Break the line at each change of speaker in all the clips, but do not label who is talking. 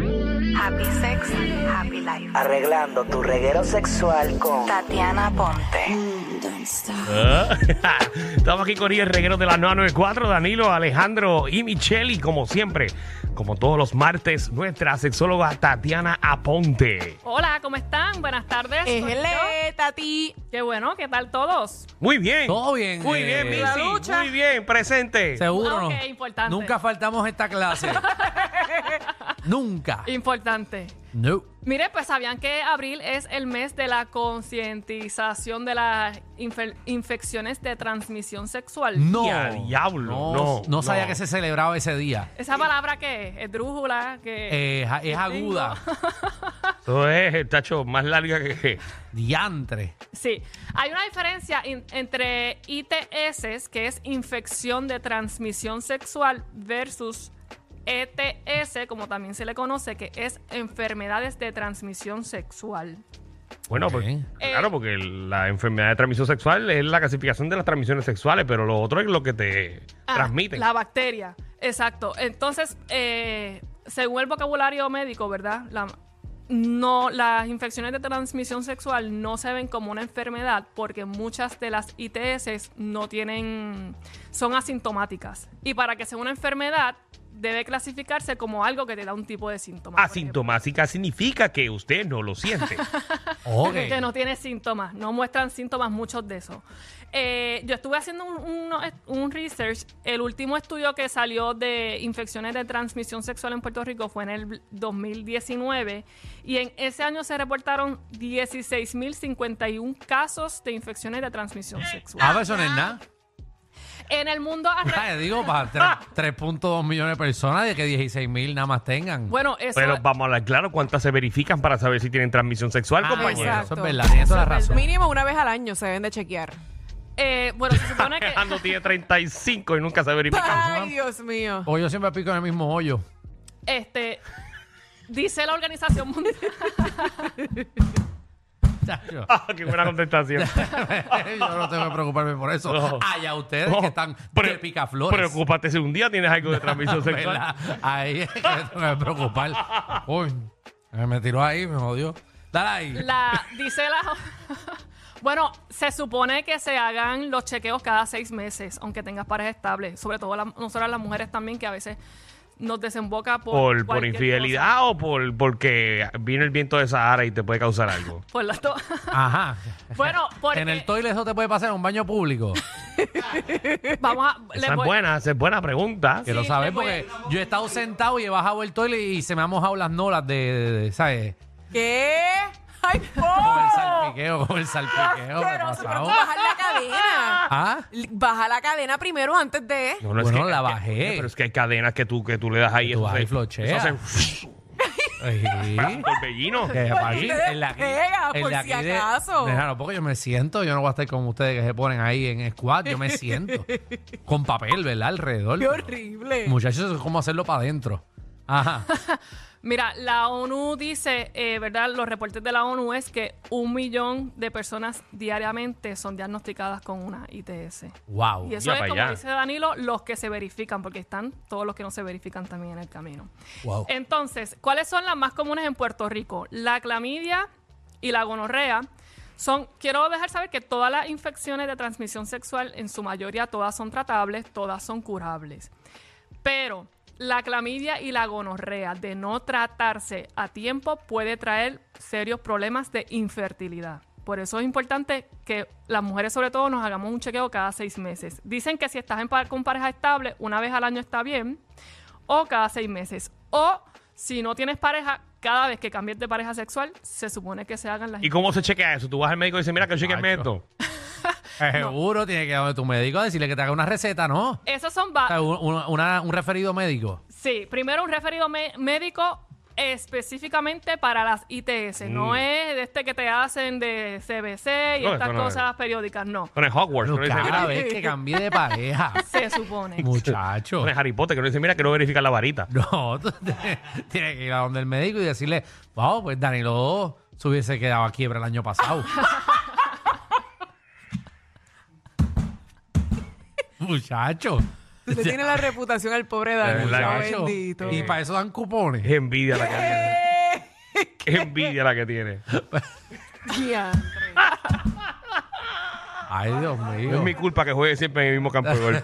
Happy Sex, Happy Life.
Arreglando tu reguero sexual con
Tatiana Ponte.
Ah, Estamos aquí con el reguero de la 994, Danilo, Alejandro y Micheli, como siempre, como todos los martes, nuestra sexóloga Tatiana Aponte.
Hola, ¿cómo están? Buenas tardes. soy yo.
Ejele, Tati.
Qué bueno, ¿qué tal todos?
Muy bien.
Todo bien.
Muy
eh,
bien, Missy.
la lucha.
Muy bien, presente.
Seguro.
Ah, ok,
no.
importante.
Nunca faltamos esta clase. Nunca.
Importante.
No.
Mire, pues sabían que abril es el mes de la concientización de las infe- infecciones de transmisión sexual.
No.
Ya, diablo, no,
No,
no.
sabía que se celebraba ese día.
¿Esa palabra qué es? ¿Esdrújula? ¿Qué
Eh, ja- es aguda.
Esto es, tacho, más larga que...
Diantre.
Sí, hay una diferencia in- entre ITS, que es infección de transmisión sexual, versus ETS, como también se le conoce, que es enfermedades de transmisión sexual.
Bueno,
Ok.
pues,
Eh.
claro, porque la enfermedad de transmisión sexual es la clasificación de las transmisiones sexuales, pero lo otro es lo que te
Ah,
transmiten.
La bacteria, exacto. Entonces, eh, según el vocabulario médico, ¿verdad? La- no, las infecciones de transmisión sexual no se ven como una enfermedad porque muchas de las ITS no tienen, son asintomáticas. Y para que sea una enfermedad, debe clasificarse como algo que te da un tipo de síntoma. por ejemplo.
Asintomática significa que usted no lo siente.
Ok.
que no tiene síntomas, no muestran síntomas muchos de esos. Eh, yo estuve haciendo un, uno- un research, el último estudio que salió de infecciones de transmisión sexual en Puerto Rico fue en el 2019 y en ese año se reportaron 16.051 casos de infecciones de transmisión
A
sexual.
ver, Ah, eso no es nada.
En el mundo alre-
Ay, digo, para tre- 3.2 millones de personas, de que 16 mil nada más tengan.
Bueno, eso
Pero vamos a hablar claro cuántas se verifican para saber si tienen transmisión sexual,
Ah,
compañero.
bueno, eso
exacto.
es verdad, tienes toda la
Eso es
razón.
Mínimo una vez al año se deben de chequear.
eh, bueno, se supone que
Alejandro tiene 35 y nunca se verifica.
Ay, Dios mío.
O yo siempre pico en el mismo hoyo.
este dice la Organización Mundial
Chacho.
Ah, ¡Qué buena contestación!
Pues yo no tengo que preocuparme por eso.
No.
Allá ustedes que están
Pre-
de picaflores.
Preocúpate si un día tienes algo de transmisión sexual.
¿Verdad? Ahí es que me tengo que preocupar. Uy, me tiró ahí, me jodió. Dale ahí.
La, dice la. Bueno, se supone que se hagan los chequeos cada seis meses, aunque tengas pares estables. Sobre todo la- nosotras las mujeres también, que a veces nos desemboca por.
Por, por
cualquier
infidelidad o por porque vino el viento de Sahara y te puede causar algo.
cosa. Por las dos.
Ajá.
Bueno, porque.
En el toilet eso te puede pasar en un baño público.
Vamos a. les
Esa es
voy-
buena, esa es buena pregunta.
Que lo
Sí,
sabes
te puede-
porque yo he estado sentado y he bajado el toilet y se me han mojado las nolas de, de- de- ¿sabes?
¿Qué? ¡Ay, po!
Con el salpiqueo, con el salpiqueo. me he
¡Oh! Asqueroso, pero
pasado.
tú bajas la cadena.
¿Ah?
Baja la cadena primero antes de.
No,
Bueno, la bajé.
Pero es que hay cadenas que tú, que tú le das ahí.
Que tú
eso
vas y
se-
flocheas.
eso hace-
Sí.
un torbellino.
Que aquí,
ustedes
en la aquí-
pegan,
en
por
la
si
aquí de-
acaso.
Déjalo, porque yo me siento, yo no voy a estar como ustedes que se ponen ahí en squat, yo me siento. con papel, ¿verdad? Alrededor.
¡Qué horrible!
Muchachos, eso es como hacerlo para adentro. Ajá.
Mira, la ONU dice, eh, ¿verdad? Los reportes de la ONU es que un millón de personas diariamente son diagnosticadas con una ITS.
Wow.
Y eso
Ya
es,
pa'
como
allá.
dice Danilo, los que se verifican, porque están todos los que no se verifican también en el camino.
Wow.
em, Entonces, ¿cuáles son las más comunes en Puerto Rico? La clamidia y la gonorrea. Son, quiero dejar saber que todas las infecciones de transmisión sexual, en su mayoría, todas son tratables, todas son curables. Pero la clamidia y la gonorrea, de no tratarse a tiempo, puede traer serios problemas de infertilidad. Por eso es importante que las mujeres, sobre todo, nos hagamos un chequeo cada seis meses. Dicen que si estás en par- con pareja estable, una vez al año está bien, o cada seis meses. O si no tienes pareja, cada vez que cambies de pareja sexual, se supone que se hagan las.
¿Y cómo se chequea eso? Tú vas al médico y dices, mira, que chequeame esto.
Macho. Eh, Seguro tiene que ir a donde tu médico a decirle que te haga una receta, ¿no?
Esas son
O sea,
va-
un, un- una- un referido médico.
Sí, primero un referido me- médico específicamente para las ITS. No es de este que te hacen de CBC y
Mm. No,
estas
eso no es.
cosas periódicas, no.
Con el Hogwarts.
Pero
que no dice,
cada
mira,
vez que cambié de pareja.
Se supone.
Muchacho.
con el Harry Potter, que no dice, mira, que no verifica la varita.
No, tú te- tienes que ir a donde el médico y decirle, wow, pues Danilo se hubiese quedado a quiebra el año pasado. Muchacho.
Le tiene la reputación al pobre
Eh,
Dani.
la-
Dios
Muchacho.
bendito.
Y para eso dan cupones.
Es envidia la que hay. Qué envidia la que tiene.
Diantre.
Ay, Dios
No
mío.
es mi culpa que juegue siempre en el mismo campo de golf.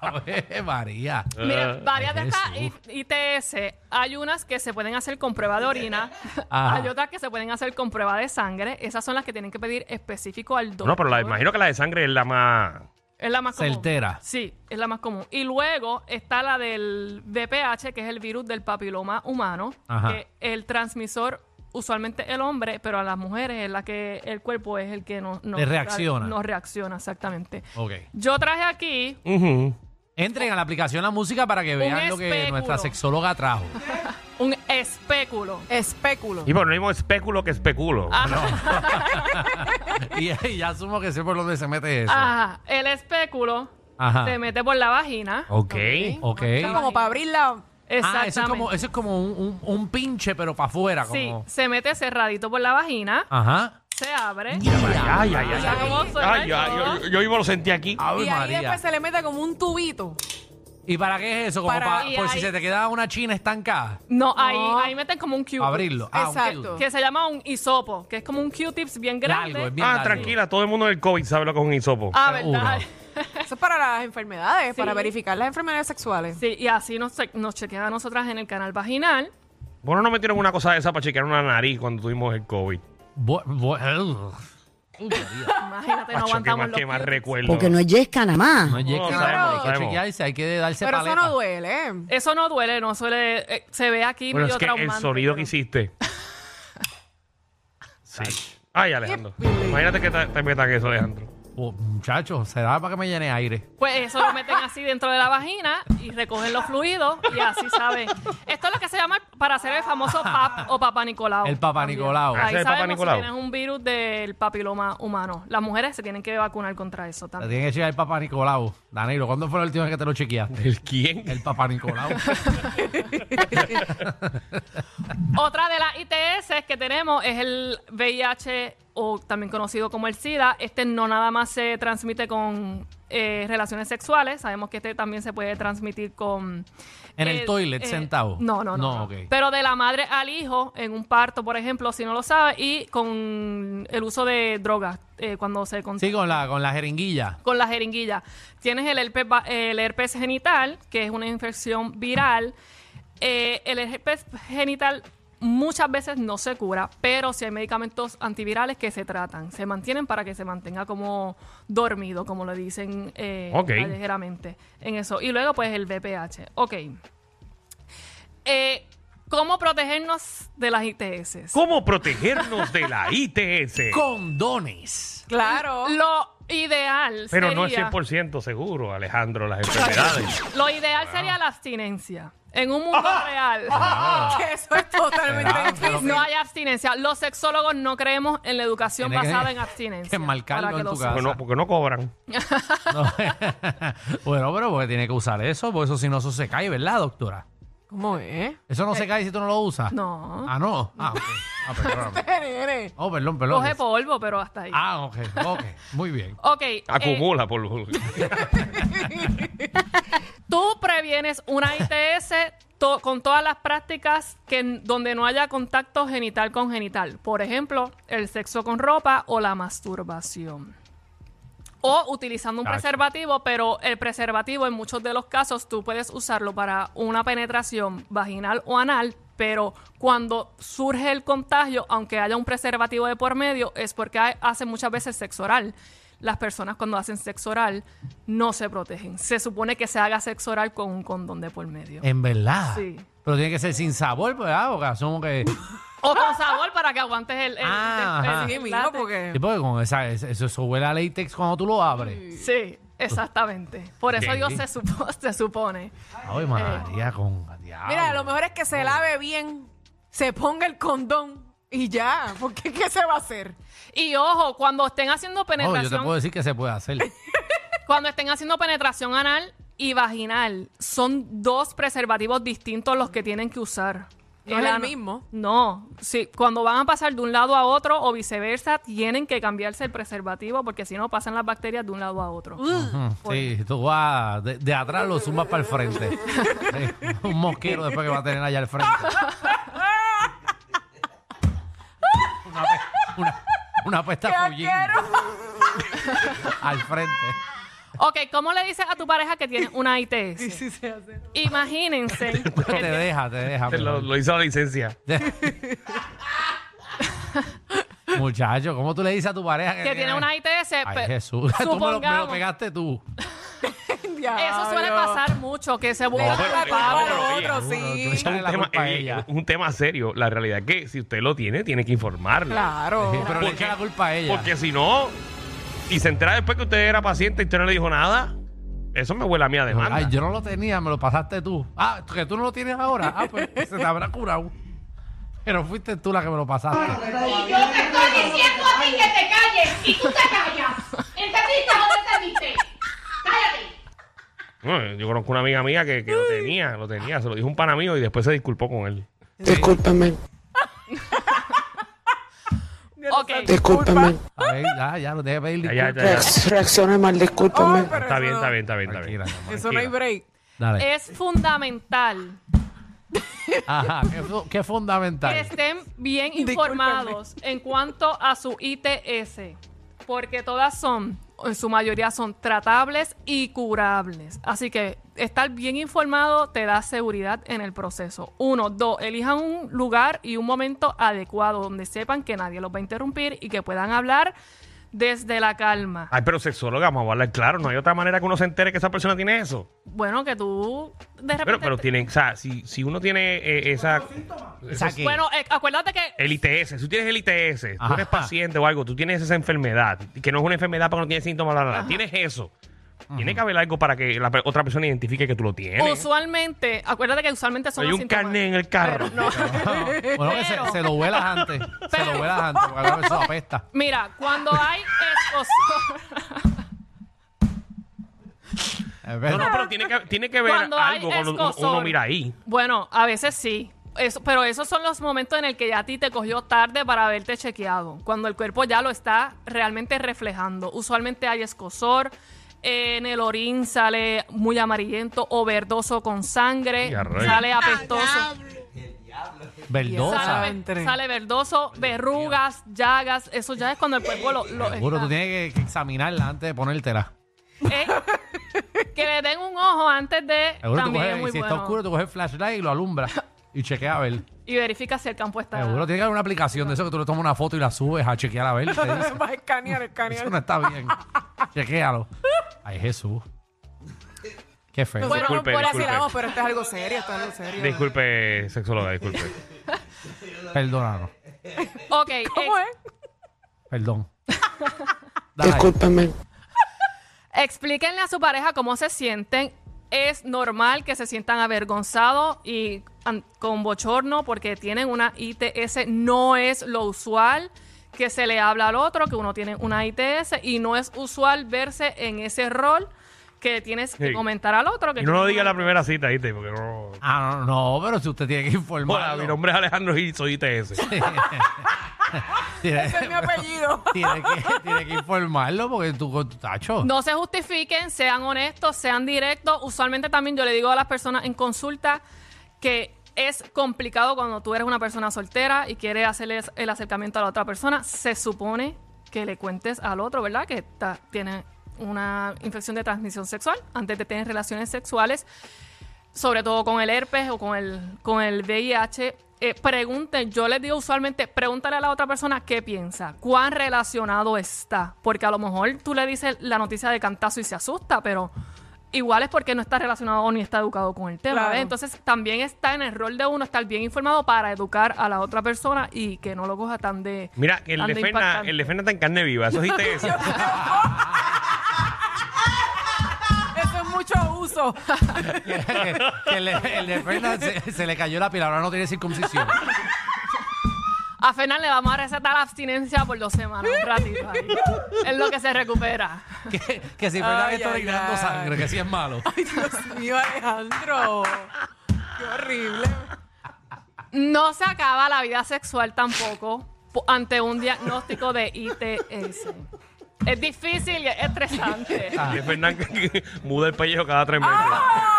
Ave María.
Ah,
Mira, varias de estas
Jesús.
I- ITS, hay unas que se pueden hacer con prueba de orina,
Ajá.
hay otras que se pueden hacer con prueba de sangre. Esas son las que tienen que pedir específico al doctor.
No, pero la, imagino que la de sangre es la más.
Es la más común.
Certera.
Sí, es la más común. Y luego está la del VPH, que es el virus del papiloma humano,
Ajá.
que el transmisor usualmente el hombre, pero a las mujeres es la que el cuerpo es el que no, no
Le reacciona.
No reacciona, exactamente.
Ok.
Yo traje aquí
Ujú.
Entren a la aplicación La Música para que vean lo que
espéculo.
nuestra sexóloga trajo.
un espéculo.
Espéculo.
Y por lo mismo especulo que especulo.
Ah,
y, y ya asumo que sé por dónde se mete eso.
Ajá, el espéculo
Ajá.
se mete por la vagina.
Ok.
Ok.
Como para abrirla.
Ah,
Exactamente.
eso es como, eso es como un, un- un pinche, pero para afuera.
Sí,
Como...
se mete cerradito por la vagina,
Ajá.
se abre.
Ay, ay, ay. ay.
Sabroso, ¿verdad?
Ay, ay, yo- yo, yo mismo lo sentí aquí.
Ave
y ahí
María.
después se le mete como un tubito.
¿Y para qué es eso? Como
Para-
pa-
y
por
ahí-
si se te queda una china estancada.
No, ahí,
No.
ahí meten como un Q.
Para abrirlo. Ah, un
Exacto.
dildo.
que se llama un hisopo, que es como un Q-tips bien grande.
Largo, es bien
Ah,
largo.
tranquila, todo el mundo del COVID sabe lo que es un hisopo.
Ah,
Seguro.
¿verdad?
Eso es para las enfermedades,
Sí.
para verificar las enfermedades sexuales.
Sí, y así nos, che- nos chequean a nosotras en el canal vaginal.
Bueno, no metieron una cosa de esa para chequear una nariz cuando tuvimos el COVID.
Bu- bu- Uy, María.
Imagínate, no
Macho, qué
aguantamos
más,
los
qué más
Q-tips.
recuerdo.
Porque no es yesca nada más.
No llega,
sabemos,
hay
no
que
sabemos.
chequearse, hay que darse
Pero eso
paleta.
no duele, ¿eh?
Eso no duele, no suele. eh, se ve aquí
Bueno,
medio
es que
traumante,
el sonido que
pero-
hiciste. sí. Ay, Alejandro. Imagínate que te, te metan eso, Alejandro.
Oh, muchachos, se da para que me llene aire.
Pues eso lo meten así dentro de la vagina y recogen los fluidos y así saben. Esto es lo que se llama para hacer el famoso PAP o Papa Nicolau.
El Papa
También.
Nicolau.
Ah,
Ahí
ese es el Papa
sabemos
Nicolau.
si tienes un virus del papiloma humano. Las mujeres se tienen que vacunar contra eso
Te
también.
tiene que llegar el Papa Nicolau. Danilo, ¿cuándo fue la última vez que te lo chequeaste?
¿El quién?
El Papa Nicolau.
Otra de las ITS que tenemos es el VIH o también conocido como el SIDA. Este no nada más se transmite con eh, relaciones sexuales. Sabemos que este también se puede transmitir con...
¿En el toilet, sentado?
eh, No, no, no.
No,
no.
ok.
Pero de la madre al hijo, en un parto, por ejemplo, si no lo sabe, y con el uso de drogas eh, cuando se consigue
sí, con la, con la jeringuilla.
con la jeringuilla. Tienes el herpes, va- el herpes genital, que es una infección viral. Eh, el herpes genital muchas veces no se cura, pero si hay medicamentos antivirales que se tratan, se mantienen para que se mantenga como dormido, como le dicen eh,
Ok.
callejeramente en eso. Y luego pues el VPH. Ok. Eh, ¿Cómo protegernos de las ITS?
¿Cómo protegernos de la ITS?
Condones.
Claro.
Lo ideal
Pero no es
sería-
100% seguro, Alejandro, las enfermedades.
Lo ideal sería la abstinencia. En un mundo
Ah.
real
Que eso es totalmente
Claro,
difícil.
no hay abstinencia. Los sexólogos no creemos en la educación
Tiene que-
basada en abstinencia.
que enmarcarlo
Para
en
lo
tu
sepas.
Porque no, porque no cobran.
No. bueno, pero porque tiene que usar eso, porque eso si no, eso se cae, ¿verdad, doctora?
¿Cómo es?
Eso no se cae si tú no lo usas.
Eh, No.
Ah, no. Ah, ok. Ah, perdóname.
Nene.
Oh, perdón, perdón.
Coge polvo, pero hasta ahí.
Ah, ok, ok. Muy bien.
Ok. eh,
Acumula, por lo
tú previenes una ITS to- con todas las prácticas que n- donde no haya contacto genital con genital. Por ejemplo, el sexo con ropa o la masturbación. O utilizando un
Cacho.
preservativo, pero el preservativo en muchos de los casos tú puedes usarlo para una penetración vaginal o anal, pero cuando surge el contagio, aunque haya un preservativo de por medio, es porque hay- hacen muchas veces sexo oral. Las personas cuando hacen sexo oral no se protegen. Se supone que se haga sexo oral con un condón de por medio.
En verdad.
Sí.
Pero tiene que ser sin sabor, ¿verdad? Porque asumo que.
O con sabor para que aguantes el... el-
Ah,
el- el-
ajá.
Sí,
el
mismo,
látex.
Sí,
porque.
porque con esa, eso, eso huele a latex cuando tú lo abres.
Sí, exactamente. Por eso
Ok.
Dios se, supo- se supone.
Ay, María, con. Diablo.
Mira, lo mejor es que se lave bien, se ponga el condón y ya. Porque ¿qué se va a hacer?
Y ojo, cuando estén haciendo
Oh, yo te
penetración,
puedo decir que se puede hacer.
cuando estén haciendo penetración anal y vaginal, son dos preservativos distintos los que tienen que usar.
No es el mismo.
No, sí, cuando van a pasar de un lado a otro o viceversa, tienen que cambiarse el preservativo porque si no pasan las bacterias de un lado a otro.
Sí, tú vas de, de atrás lo zumbas para el frente. Sí, un mosquero después que va a tener allá al frente. Una, pe- una, una pesta fullín al frente.
Ok, ¿cómo le dices a tu pareja que tiene una ITS? Imagínense.
Te deja, te deja.
Te Lo,
mejor.
lo hizo la licencia.
Muchacho, ¿cómo tú le dices a tu pareja que,
que tiene una ITS.
Ay,
pe-
Jesús. tú me lo, me lo
supongamos.
pegaste tú.
Eso suele pasar mucho, que se
Le
vuelve
da
pero-
la culpa
pero-
al
pero-
otro, sí.
Es un,
Echarle la
tema,
culpa a
eh,
ella.
un tema serio. La realidad es que si usted lo tiene, tiene que informarlo.
Claro.
Sí, pero le
Porque-
echa la culpa a ella.
Porque si no, y se entera después que usted era paciente y usted no le dijo nada, eso me huele a mí a demanda.
Ay, yo no lo tenía, me lo pasaste tú. Ah, que tú no lo tienes ahora. Ah, pues se te habrá curado. Pero fuiste tú la que me lo pasaste.
Y yo te estoy diciendo a ti que te calles y tú te callas. ¿Entendiste o no entendiste? Cállate.
No, yo conozco una amiga mía que, que lo tenía, lo tenía, se lo dijo un pana mío y después se disculpó con él.
Discúlpame,
Ok,
discúlpame.
A ver, ya, ya, no te voy a pedir
Ya, ya,
disculpas.
ya, ya.
Reacc- Reaccione mal,
Ay,
discúlpame.
Oh, pero
Está
eso
bien,
no-
está bien, está bien, está bien.
Tranquila, mi amor.
Eso no hay break.
Dale.
es fundamental
Ajá, qué, fu- qué
que
fundamental.
estén bien
Discúlpame.
informados en cuanto a su ITS, porque todas son, en su mayoría son tratables y curables. Así que estar bien informado te da seguridad en el proceso. Uno, dos, elijan un lugar y un momento adecuado donde sepan que nadie los va a interrumpir y que puedan hablar desde la calma.
Ay, pero sexóloga, vamos a hablar claro, no hay otra manera que uno se entere que esa persona tiene eso.
Bueno, que tú de repente...
Pero, pero tienen, o sea, si, si uno tiene eh, esa...
Esa que-
Bueno, eh, acuérdate que
El ITS, si tú tienes el ITS, tú eres
Ajá.
paciente o algo, tú tienes esa enfermedad, que no es una enfermedad porque no tienes síntomas, bla, bla, bla, tienes eso. Tiene que haber algo para que la pe- otra persona identifique que tú lo tienes.
usualmente, acuérdate que usualmente son
Hay un
asintomáticos.
carnet en el carro.
bueno, que se,
pero-
se lo vuelas antes. Se lo
pero-
vuelas antes, porque a ver, eso apesta.
Mira, cuando hay exposición,
Es
No, no,
verdad.
pero tiene que, tiene que ver
cuando hay
algo cuando uno,
escozor.
uno mira ahí.
Bueno, a veces sí. Eso- pero esos son los momentos en el que ya a ti te cogió tarde para haberte chequeado, cuando el cuerpo ya lo está realmente reflejando. Usualmente hay escosor, eh, en el orín sale muy amarillento o verdoso con sangre,
Ya, rayos.
sale apestoso.
Verdosa.
Sale,
Santre.
sale verdoso, verrugas, llagas, eso ya es cuando el cuerpo lo... lo
Seguro, tú
está-
tienes que, que examinarla antes de ponértela.
Eh, que le den un ojo antes de...
Seguro, tú
también es
coges,
muy
si
bueno.
está oscuro, tú coges flashlight y lo alumbras. Y chequea a ver.
Y verifica si el campo está...
Seguro, tiene que haber una aplicación de eso que tú le tomas una foto y la subes a chequear a ver. y te dice.
Va a escanear,
Eso
escanear.
no está bien. Chequéalo. Ay, Jesús. Qué feo.
Nosotros
Disculpe,
no
disculpe.
vacilamos, pero esto es algo serio, esto es algo serio.
Disculpe, sexóloga, disculpe.
Perdónanos.
Ok,
¿Cómo
ex-
es?
Perdón. Dale ahí.
Discúlpame,
explíquenle a su pareja cómo se sienten. Es normal que se sientan avergonzados y an- con bochorno porque tienen una ITS. No es lo usual que se le habla al otro que uno tiene una ITS y no es usual verse en ese rol que tienes que
Sí.
comentar al otro. Que
Y no lo
tienes
diga en
una
la primera cita, ¿viste? Porque no...
Ah, no, no, pero si usted tiene que
Hola,
informar.
mi nombre es Alejandro y soy ITS.
Tiene,
Ese es mi apellido.
tiene que, tiene que informarlo porque tú con tu tacho.
No se justifiquen, sean honestos, sean directos. Usualmente también yo le digo a las personas en consulta que es complicado cuando tú eres una persona soltera y quieres hacerles el acercamiento a la otra persona. Se supone que le cuentes al otro, ¿verdad? Que está- tiene una infección de transmisión sexual antes de tener relaciones sexuales, sobre todo con el herpes o con el, con el VIH. Eh, pregunten, yo les digo usualmente, pregúntale a la otra persona qué piensa, cuán relacionado está, porque a lo mejor tú le dices la noticia de cantazo y se asusta, pero igual es porque no está relacionado ni está educado con el tema.
Claro.
¿ves? Entonces también está en el rol de uno estar bien informado para educar a la otra persona y que no lo coja tan de...
Mira, el
Ando
de Ferna,
impactante.
el de Ferna está en carne viva, eso es ITS.
Eso es mucho uso.
que le- el de Fernan se, se le cayó la pila, ahora no tiene circuncisión.
A Fernan le vamos a recetar la abstinencia por dos semanas, un ratito. ahí. Es lo que se recupera.
Que, que si Fernan
Ay,
está
ay,
orinando
ay.
sangre, que si es malo.
Ay, Dios mío, Alejandro. Qué horrible.
No se acaba la vida sexual tampoco po- ante un diagnóstico de ITS. Es difícil y es estresante.
Y es Fernández que muda el pellejo cada tres meses.
Ah.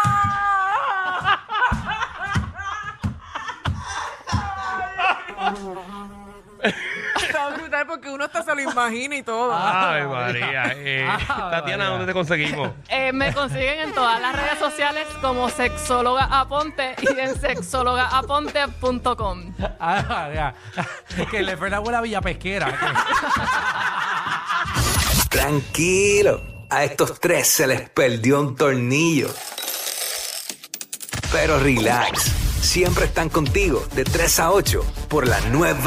Está brutal porque uno hasta se lo imagina y todo.
Ay, María. eh,
Ah,
Tatiana,
María.
¿dónde te conseguimos?
Eh, me consiguen en todas las redes sociales como sexóloga aponte y en sexólogaaponte.com.
Ah, María. que le fue la abuela Villa Pesquera. que-
Tranquilo, a estos tres se les perdió un tornillo. Pero relax, siempre están contigo de 3 a 8 por la nueva.